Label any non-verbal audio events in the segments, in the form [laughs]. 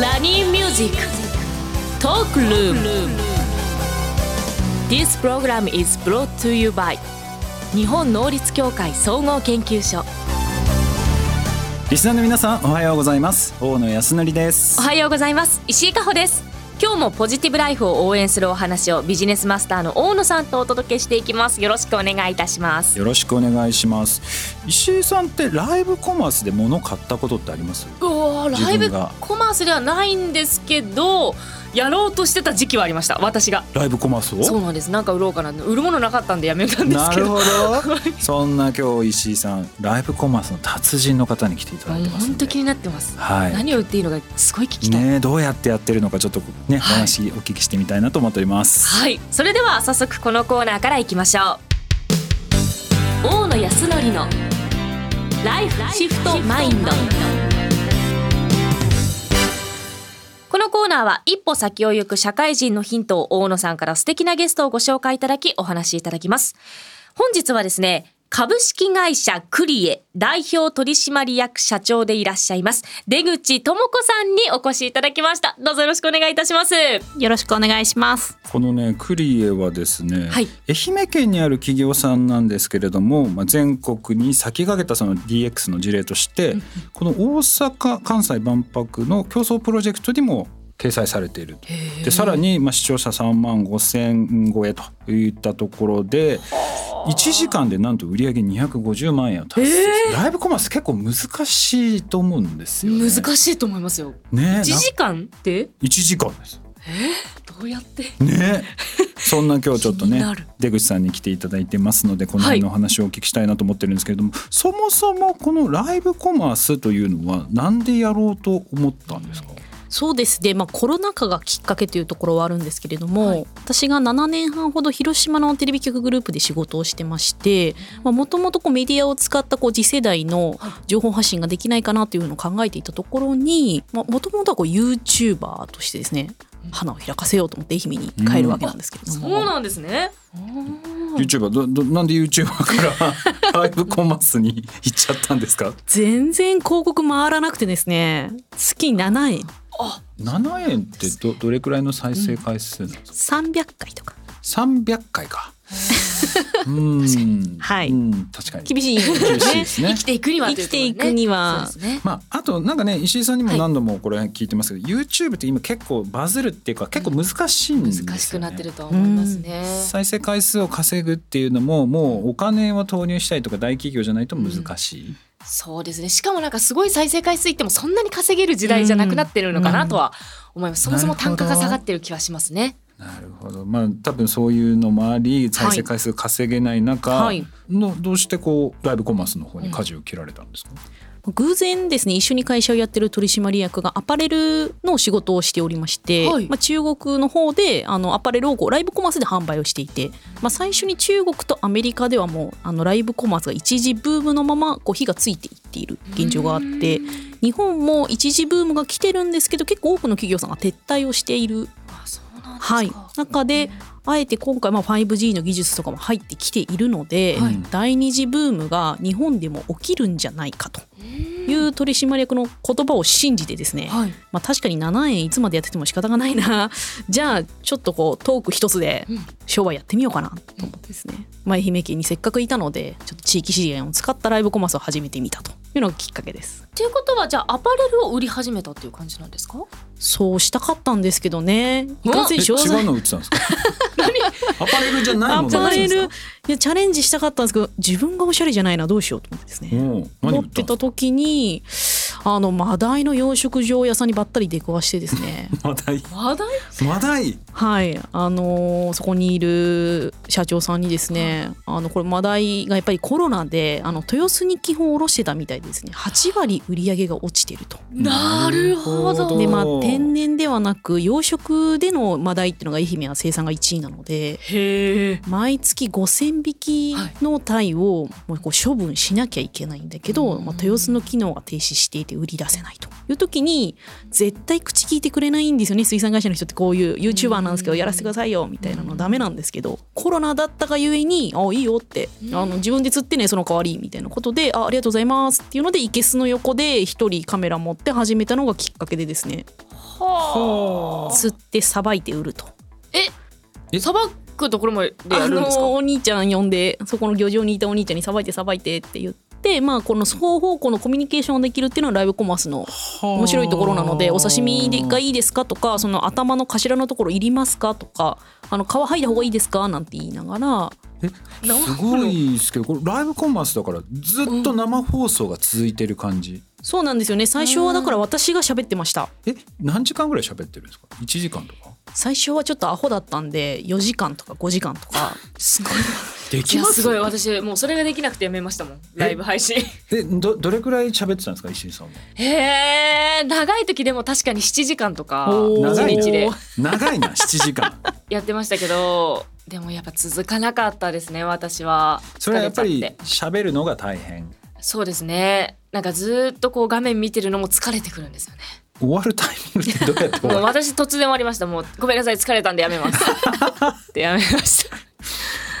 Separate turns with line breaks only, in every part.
ラニーミュージックトークルーム This program is brought to you by 日本能率協会総合研究所
リスナーの皆さんおはようございます大野康則です
おはようございます石井加穂です今日もポジティブライフを応援するお話をビジネスマスターの大野さんとお届けしていきますよろしくお願いいたします
よろしくお願いします石井さんってライブコマースで物買ったことってあります
うわーライブ
自分が
コマースではないんですけどやろうとしてた時期はありました私が
ライブコマースを
そうなんですなんか売ろうかな売るものなかったんでやめたんです
な
け
る
ど
ほどそんな今日石井さんライブコマースの達人の方に来ていただいてます
本
の
当
で
気になってます、
はい
何を言っていいのかすごい聞きたい、
ねえどうやってやってるのかちょっとね、
はい
お話お聞きしてみたいなと思っております
はいそれでは早速このコーナーからいきましょう大野康則のライフシフトマインドこのコーナーは一歩先を行く社会人のヒントを大野さんから素敵なゲストをご紹介いただきお話しいただきます本日はですね株式会社クリエ代表取締役社長でいらっしゃいます出口智子さんにお越しいただきましたどうぞよろしくお願いいたします
よろしくお願いします。
このねクリエはですね、
はい
愛媛県にある企業さんなんですけれども、まあ、全国に先駆けたその DX の事例としてこの大阪・関西万博の競争プロジェクトにも掲載されているでさらにまあ視聴者3万5千超えといったところで1時間でなんと売り上げ250万円を達成する、ライブコマース結構難しいと思うんですよね。
難しいと思いますよ。
ね
1
な
時間って
1時間です
どうやって [laughs]
ね、そんな今日ちょっと
気に
ね
なる
出口さんに来ていただいてますのでこの辺のお話をお聞きしたいなと思ってるんですけれども、そもそもこのライブコマースというのはなんでやろうと思ったんですか、
そうですね、まあ、コロナ禍がきっかけというところはあるんですけれども、
はい
私が7年半ほど広島のテレビ局グループで仕事をしてましてもともとメディアを使ったこう次世代の情報発信ができないかなというのを考えていたところにもともとはこう YouTuber としてですね花を開かせようと思って愛媛に帰るわけなんですけれど
そ
も、
うなんですね。
YouTuber どどなんで YouTuber から [laughs] ライブコマースに行っちゃったんですか
全然広告回らなくてですね月7円
7円ってどどれくらいの再生回数なんですか、
300回とか
300
[laughs]
回か。うん
はい
うん確かに
厳しい
厳しいですね
生きていくには
生きていくには
ということでね
まあ、あとなんかね石井さんにも何度もこれ聞いてますけど、YouTube って今結構バズるっていうか結構難しいん
そうで
で
す
す
ね
よ、ね、
難しくなってるとは思いますね。
再生回数を稼ぐっていうのももうお金を投入したりとか大企業じゃないと難しい、
そうですね。しかもなんかすごい再生回数いってもそんなに稼げる時代じゃなくなってるのかなとは思います。そもそも単価が下がってる気はしますね。
なるほどまあ多分そういうのもあり再生回数稼げない中、
はい
のどうしてこうライブコマースの方に舵を切られたんですか、
偶然ですね一緒に会社をやってる取締役がアパレルの仕事をしておりまして、
はい
まあ、中国の方であのアパレルをこうライブコマースで販売をしていて、まあ、最初に中国とアメリカではもうあのライブコマースが一時ブームのままこう火がついていっている現状があって
うん
日本も一時ブームが来てるんですけど結構多くの企業さんが撤退をしている
あそうなんですか
はい、中であえて今回まあ 5G の技術とかも入ってきているので、
はい
第二次ブームが日本でも起きるんじゃないかと
うん
いう取締役の言葉を信じてですね、
はい。
まあ、確かに7円いつまでやってても仕方がないな [laughs] じゃあちょっとこうトーク一つで
うん
商売やってみようかなと思ってですね、まあ、愛媛県にせっかくいたのでちょっと地域資源を使ったライブコマースを始めてみたというのがきっかけです。
っていうことはじゃあアパレルを売り始めたっていう感じなんですか？
そうしたかったんですけどねいかんせ
え
ん商
違う
材
の売ってたんです
[laughs]
かアパレルじゃないもの
アパレ
売
ルい
って
やチャレンジしたかったんですけど自分がおしゃれじゃないなどうしようと思ってですね
たんですかおう
持
何
っ
売ってた
た時にあのマダイの養殖場屋さんにばったり出くわしてですね
マダイ
話題
マダイ
はいあのーそこにいる社長さんにですねあのこれマダイがやっぱりコロナであの豊洲に基本卸してたみたいでですね8割売り上げが落ちてると。
なるほど
なるほ
でまあ
おー
天然ではなく養殖でのマダイっていうのが愛媛は生産が1位なので
へえ。
毎月5,000匹のタイをもうこう処分しなきゃいけないんだけど、
うん
まあ、豊洲の機能が停止していてけ売り出せないという時に絶対口聞いてくれないんですよね水産会社の人ってこういう YouTuber なんですけどやらせてくださいよみたいなのはダメなんですけどコロナだったがゆえに「あいいよ」って「あの自分で釣ってねその代わり」みたいなことで「あありがとうございます」っていうのでいけすの横で一人カメラ持って始めたのがきっかけでですね
はあ。
釣ってさばいて売ると。
え
砂漠とこれもでや
あ
るんですか。
のお兄ちゃん呼んでそこの漁場にいたお兄ちゃんにさばいてさばいてって言ってまあこの双方向のコミュニケーションができるっていうのはライブコマースの面白いところなのでお刺身でがいいですかとかその頭の頭のところいりますかとかあの皮剥いだ方がいいですかなんて言いながら
すごいですけどこれライブコマースだからずっと生放送が続いてる感じ、
そうなんですよね最初はだから私が喋ってました
え何時間ぐらい喋ってるんですか1時間とか
最初はちょっとアホだったんで4時間とか5時間とか
すごい。
で
い
き
や
ます
すごい私もうそれができなくてやめましたもんライブ配信
えどどれくらい喋ってたんですか石井さんは
[laughs] へえ長い時でも確かに7時間とか
お
ー
1日で
長いな7
[laughs]
時間
やってましたけどでもやっぱ続かなかったですね私は
それはやっぱ
疲
り
れちゃって
喋るのが大変
そうですねなんかずーっとこう画面見てるのも疲れてくるんですよね
終わるタイミングってどうやって終
もう [laughs]
わる
私突然終わりましたもうごめんなさい疲れたんでやめます
[laughs]
ってやめました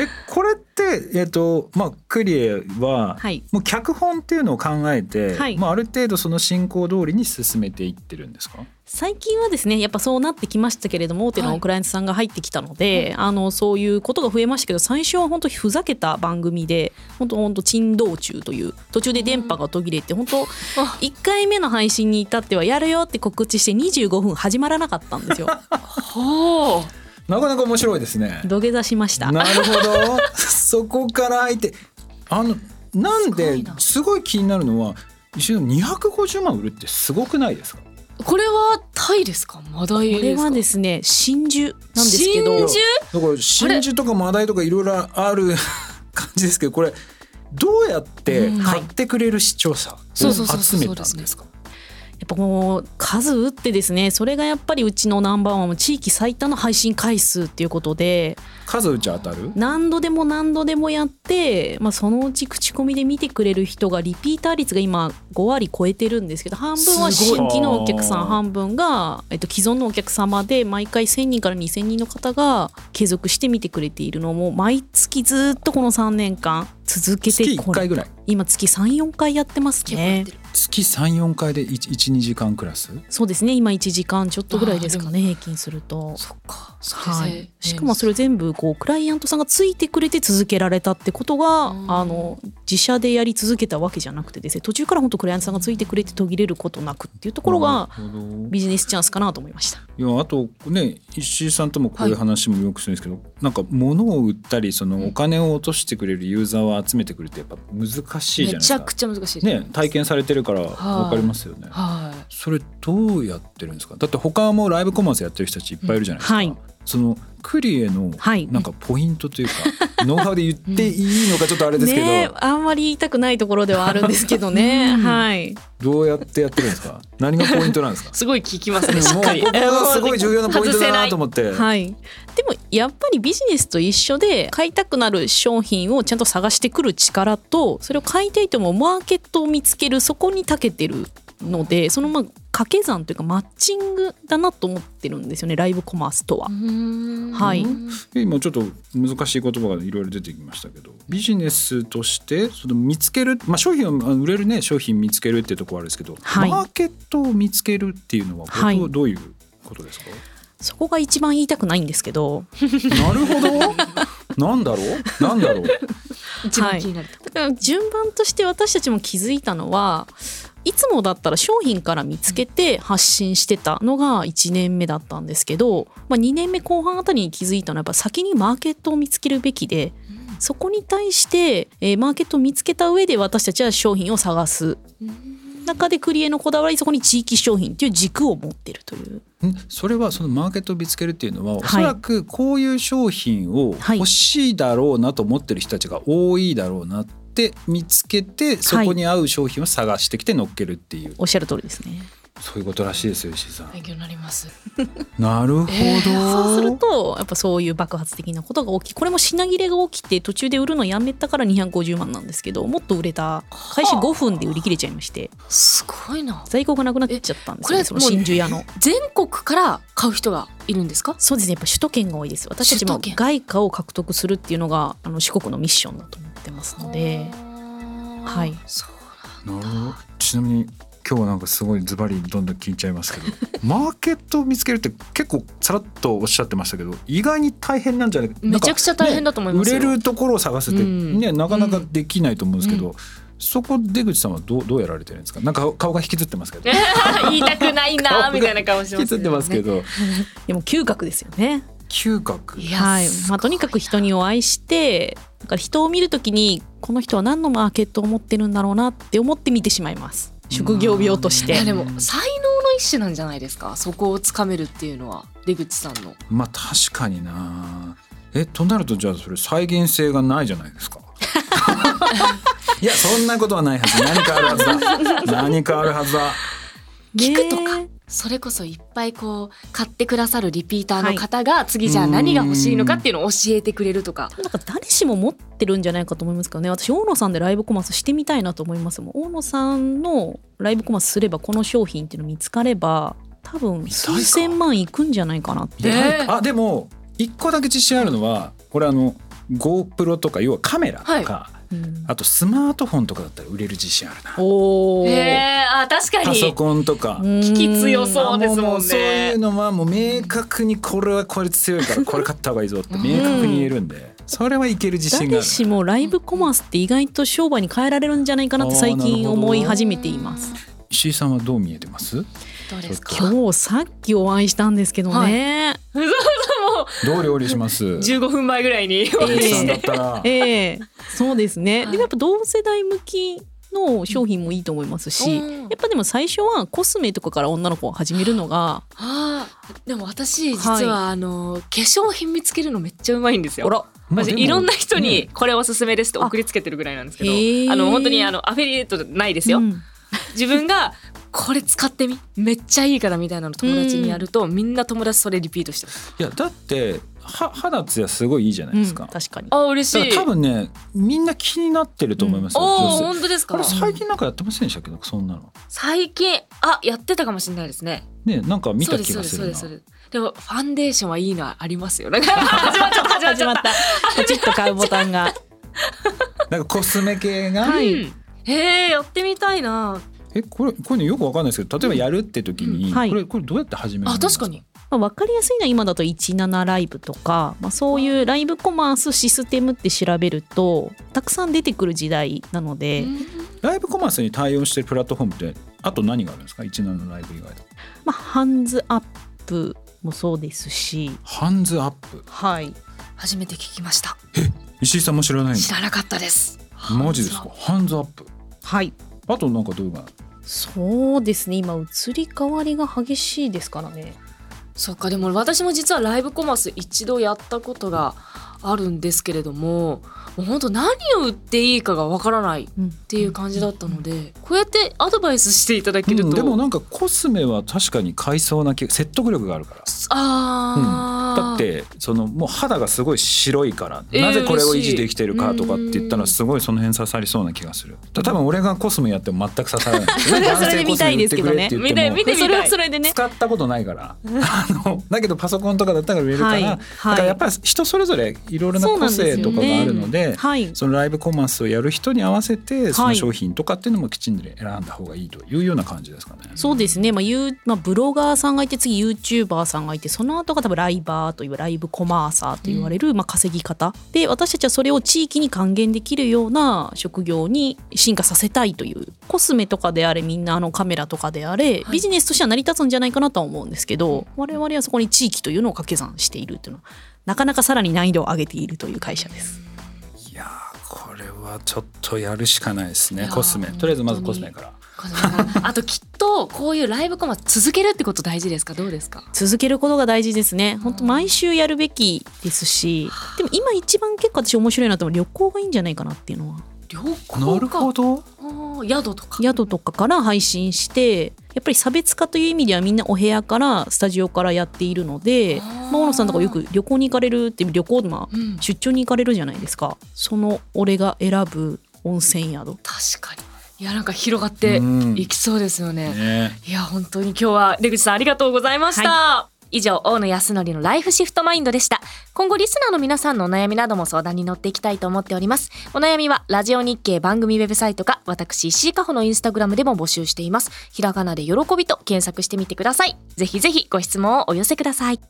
えこれってえっ、とまあクリエは、
はい
もう脚本っていうのを考えて、
はい
まあ、ある程度その進行通りに進めていってるんですか
最近はですねやっぱそうなってきましたけれども大手
は
の
い
クライアントさんが入ってきたので、あのそういうことが増えましたけど最初は本当にふざけた番組で本当本当珍道中という途中で電波が途切れて本当
あ
1回目の配信に至ってはやるよって告知して25分始まらなかったんですよ
[laughs] ほう
なかなか面白いですね
土下座しました
なるほ
[laughs]
どそこから入ってあのなん
すご
で
いな
すごい気になるのは石井さん250万売るってすごくないですか
これはタイですかマダイ
これ
ですか
はですすね真珠なんですけど
真
いやだから真珠とかマダイとかいろいろある [laughs] 感じですけどこれどうやって買ってくれる視聴者を
そう
集
そうそうそう
めたんですか
やっぱもう数打ってですねそれがやっぱりうちのナンバーワンは地域最多の配信回数っていうことで
数打ち当たる
何度でも何度でもやって、まあ、そのうち口コミで見てくれる人がリピーター率が今5割超えてるんですけど半分は
すごい
新規のお客さ
あー
ん半分が、えっと、既存のお客様で毎回1,000人から2,000人の方が継続して見てくれているのも毎月ずっとこの3年間続け
月
て
1
これ
回ぐらい
今月34回やってます
結構や
ね
ってる
月34回で12時間クラス
そうですね今1時間ちょっとぐらいですか
あー
ね平均すると。
そっかそ
は
れで
い、しかもそれ全部こうクライアントさんがついてくれて続けられたってことが、
うん
あの自社でやり続けたわけじゃなくてですね途中から本当クライアントさんがついてくれて途切れることなくっていうところ
な
が
るほど
ビジネスチャンスかなと思いました。
いやあとね石井さんともこういう話もよくするんですけど、なんか物を売ったりそのお金を落としてくれるユーザーを集めてくるってやっぱ難しいじゃない
め
で
ち
す
ゃ
か
く。ちゃ難しいです
ね体験されてるからわかりますよね。
はい
それどうやってるんですかだって他もライブコマースやってる人たちいっぱいいるじゃないですか、
はい
そのクリエの
はい
なんかポイントというか、 [laughs] ノウハウで言っていいのかちょっとあれですけど、
ねえあんまり言いたくないところではあるんですけどね、はい
どうやってやってるんですか何がポイントなん
[laughs]
ですか
すごい聞きます
で
ねし
も
っ
も
か
う
り
ここはすごい重要なポイントだなと思って、
はい、でもやっぱりビジネスと一緒で買いたくなる商品をちゃんと探してくる力とそれを買いたいともマーケットを見つけるそこに長けてるのでそのまあ掛け算というかマッチングだなと思ってるんですよねライブコマース [laughs] とは。
は
はい
今ちょっと難しい言葉がいろいろ出てきましたけどビジネスとしてその見つける、まあ、商品をあの売れるね商品見つけるってとこはあるんですけど、
はい
マーケットを見つけるっていうのはこ
は
れどう,、
い
どういうことですか
そこが一番言いたくないんですけど
なるほ [laughs] ど。なんだろう。なん [laughs] だろう。
一番気になるとこ
だから順番として私たちも気づいたのはいつもだったら商品から見つけて発信してたのが1年目だったんですけど、まあ、2年目後半あたりに気づいたのはやっぱ先にマーケットを見つけるべきでそこに対して、えーマーケットを見つけた上で私たちは商品を探す中でクリエのこだわりそこに地域商品っていう軸を持ってるという
うんそれはそのマーケットを見つけるっていうのは、お
い
そらくこういう商品を
はい
欲しいだろうなと思ってる人たちが多いだろうなって見つけて、そこに合う商品を探してきて乗っけるっていう。
おっしゃる通りですね。
そういうことらしいですよ石井さん。
勉強になります。
なるほど。
そうするとやっぱそういう爆発的なことが起きこれも品切れが起きて途中で売るのやめたから250万なんですけどもっと売れた開始5分で売り切れちゃいまして
すごいな。
在庫がなくなっちゃったんですよ
え
ね
こ
そ
れ
の真珠屋の。
全国から買う人がいるんですか。
そうですねやっぱ首都圏が多いです私たちも
首都圏
外貨を獲得するっていうのがあの四国のミッションだと思ってますのではい
そう
なるほどちなみに今日はなんかすごいズバリどんどん聞いちゃいますけど [laughs] マーケットを見つけるって結構さらっとおっしゃってましたけど意外に大変なんじゃない
めちゃくちゃ大変だと思いますよ
なんかね売れるところを探すって、
うん
ね、なかなかできないと思うんですけど、
う
そこ出口さんはどうどうやられてるんですかなんか顔が引きずってますけど
[laughs] 言いたくないなみたいな顔して
引
ま
き
す
ず
ね
ってますけど
でも嗅覚ですよね
嗅覚
いや
はい
すごい
まあ、とにかく人にお会いしてだから人を見るときにこの人は何のマーケットを持ってるんだろうなって思って見てしまいます職業病とし
い
て
やでも才能の一種なんじゃないですか。そこをつかめるっていうのは出口さんの。
まあ確かになえとなるとじゃあそれ再現性がないじゃないです
[laughs]
かいやそんなことはないはず何かあるはず
[laughs]
だ何かあるはずだ
聞くとか
ね
それこそいっぱいこう買ってくださるリピーターの方が次じゃあ何が欲しいのかっていうのを教えてくれるとか。
えなんか誰しも持ってるんじゃないかと思いますけどね私大野さんでライブコマースしてみたいなと思いますもん大野さんのライブコマースすればこの商品っていうの見つかれば多分
たいか
数千万いくんじゃないかなって
ねえ
あでも一個だけ自信あるのはこれあの GoPro とか要はカメラとか、
はい
うん
あとスマートフォンとかだったら売れる自信あるな
おー
えー、あ確か
パソ
に。
コンとか
うん
聞き強そうですもんね
あうそういうのはもう明確にこれはこれ強いからこれ買った方がいいぞって明確に言えるんでそれはいける自信があ
誰
る
しもライブコマースって意外と商売に変えられるんじゃないかなって最近思い始めています
石井さんはどう見えてます
どうですか。
今日さっきお会いしたんですけどね、
どう料理します石井
15分前ぐらいに。
え
さんだったら
ええそうですね、
はい
でもやっぱ同世代向きの商品もいいと思いますし、
うん
やっぱでも最初はコスメとかから女の子を始めるのが
あーでも私実
はい
はあの、化粧品見つけるのめっちゃうまいんですよ。
あら
まあ
マ
で
ジ
も
いろんな人
ね
にこれおすすめですって送りつけてるぐらいなんですけ
あへ
ど
ー
あの本当にあのアフィリエイトじゃないですよ、
うん
自分がこれ使ってみめっちゃいいからみたいなの友達にやると、みんな友達それリピートしてます
いやだっては肌ツヤすごいいいじゃない
うん
ですか、だか
確かに
あ嬉し
ら
い
多分ねみんな気になってると思いますよ、
おお
女性
本当です
こ
か
れ最近なんかやってませんでしたっけなんかそんなの
最近あやってたかもしれないですね
ねなんか見
そう
た
です
気
そう
が
ですすそう
る
で
な
すそうですでもファンデーションはいいのありますよなんか始まっちゃった始まっち
始
ゃ
ま
っ
ったたポチッと買うボタン [laughs] が
なんかコスメ系が、
はい
うんへえやってみたいな
えこれこういうのよくわかんないですけど例えばやるって時に、
うんはい
これこれどうやって始める
あ
んで
確
す
かに
まあ、分かりやすいのは今だと17ライブとか、まあ、そういうライブコマースシステムって調べるとたくさん出てくる時代なので、
ライブコマースに対応してるプラットフォームってあと何があるんですか17のライブ以外で
まあ、ハンズアップもそうですし、
ハンズアップ
はい、
初めて聞きました
石井さんも知らないん
知
だ
らなかったです
マジですかハンズアップ
はい、
あとなんかどういうのが
そうですね今移り変わりが激しいですからね
そっかでも私も実はライブコマース一度やったことがあるんですけれどももう本当何を売っていいかがわからないっ
って
いう感じだったのでこうやってアドバイスしていただけると、
うんでもなんかコスメは確かに買いそうな気が説得力があるから
あー、
だってそのもう肌がすごい白いから、
えー
なぜこれを維持できてるかとかって言っ
嬉
たら
しい
すごいその辺刺さりそうな気がするだ多分俺がコスメやっても全く刺さらないそ
[laughs] れはそれで見たいですけどね
見たい見たい
それはそれでね
使ったことないから [laughs] あのだけどパソコンとかだったら売れるから、
はい
だからやっぱり人それぞれいろいろな
そうな
個
んで
性
すよ
と
ね
かがあるので。
はい
そのライブコマースをやる人に合わせてその
はい
商品とかっていうのもきちんと選んだ方がいいというような感じですかね。
そうですね、まあユーまあ、ブロガーさんがいて次 YouTuber さんがいてその後が多分ライバーというライブコマーサーと言われる、まあ、稼ぎ方で私たちはそれを地域に還元できるような職業に進化させたいというコスメとかであれみんなあのカメラとかであれ、ビジネスとしては成り立つんじゃないかなとは思うんですけど我々はそこに地域というのを掛け算しているというのはなかなかさらに難易度を上げているという会社です。
いやーこれはちょっとやるしかないです
い
ね
やー
コスメとりあえずまずコスメから。
このあときっとこういうライブコマース続けるってこと大事ですかどうですか
続けることが大事ですね本当毎週やるべきですしでも今一番結構私面白いなと思う旅行がいいんじゃないかなっていうのは
旅行
なるほ
か
ど
あー宿とか
宿とかから配信してやっぱり差別化という意味ではみんなお部屋からスタジオからやっているので
あー
まあ、大野さんとかよく旅行に行かれるって旅行、ま
う
あ、
ん
出張に行かれるじゃないですかその俺が選ぶ温泉宿
確かにいやなんか広がって
うん
いきそうですよね、
ね
いや本当に今日は出口さんありがとうございました、以上大野康則のライフシフトマインドでした今後リスナーの皆さんのお悩みなども相談に乗っていきたいと思っておりますお悩みはラジオ日経番組ウェブサイトか私石井加穂のインスタグラムでも募集していますひらがなで喜びと検索してみてくださいぜひぜひご質問をお寄せください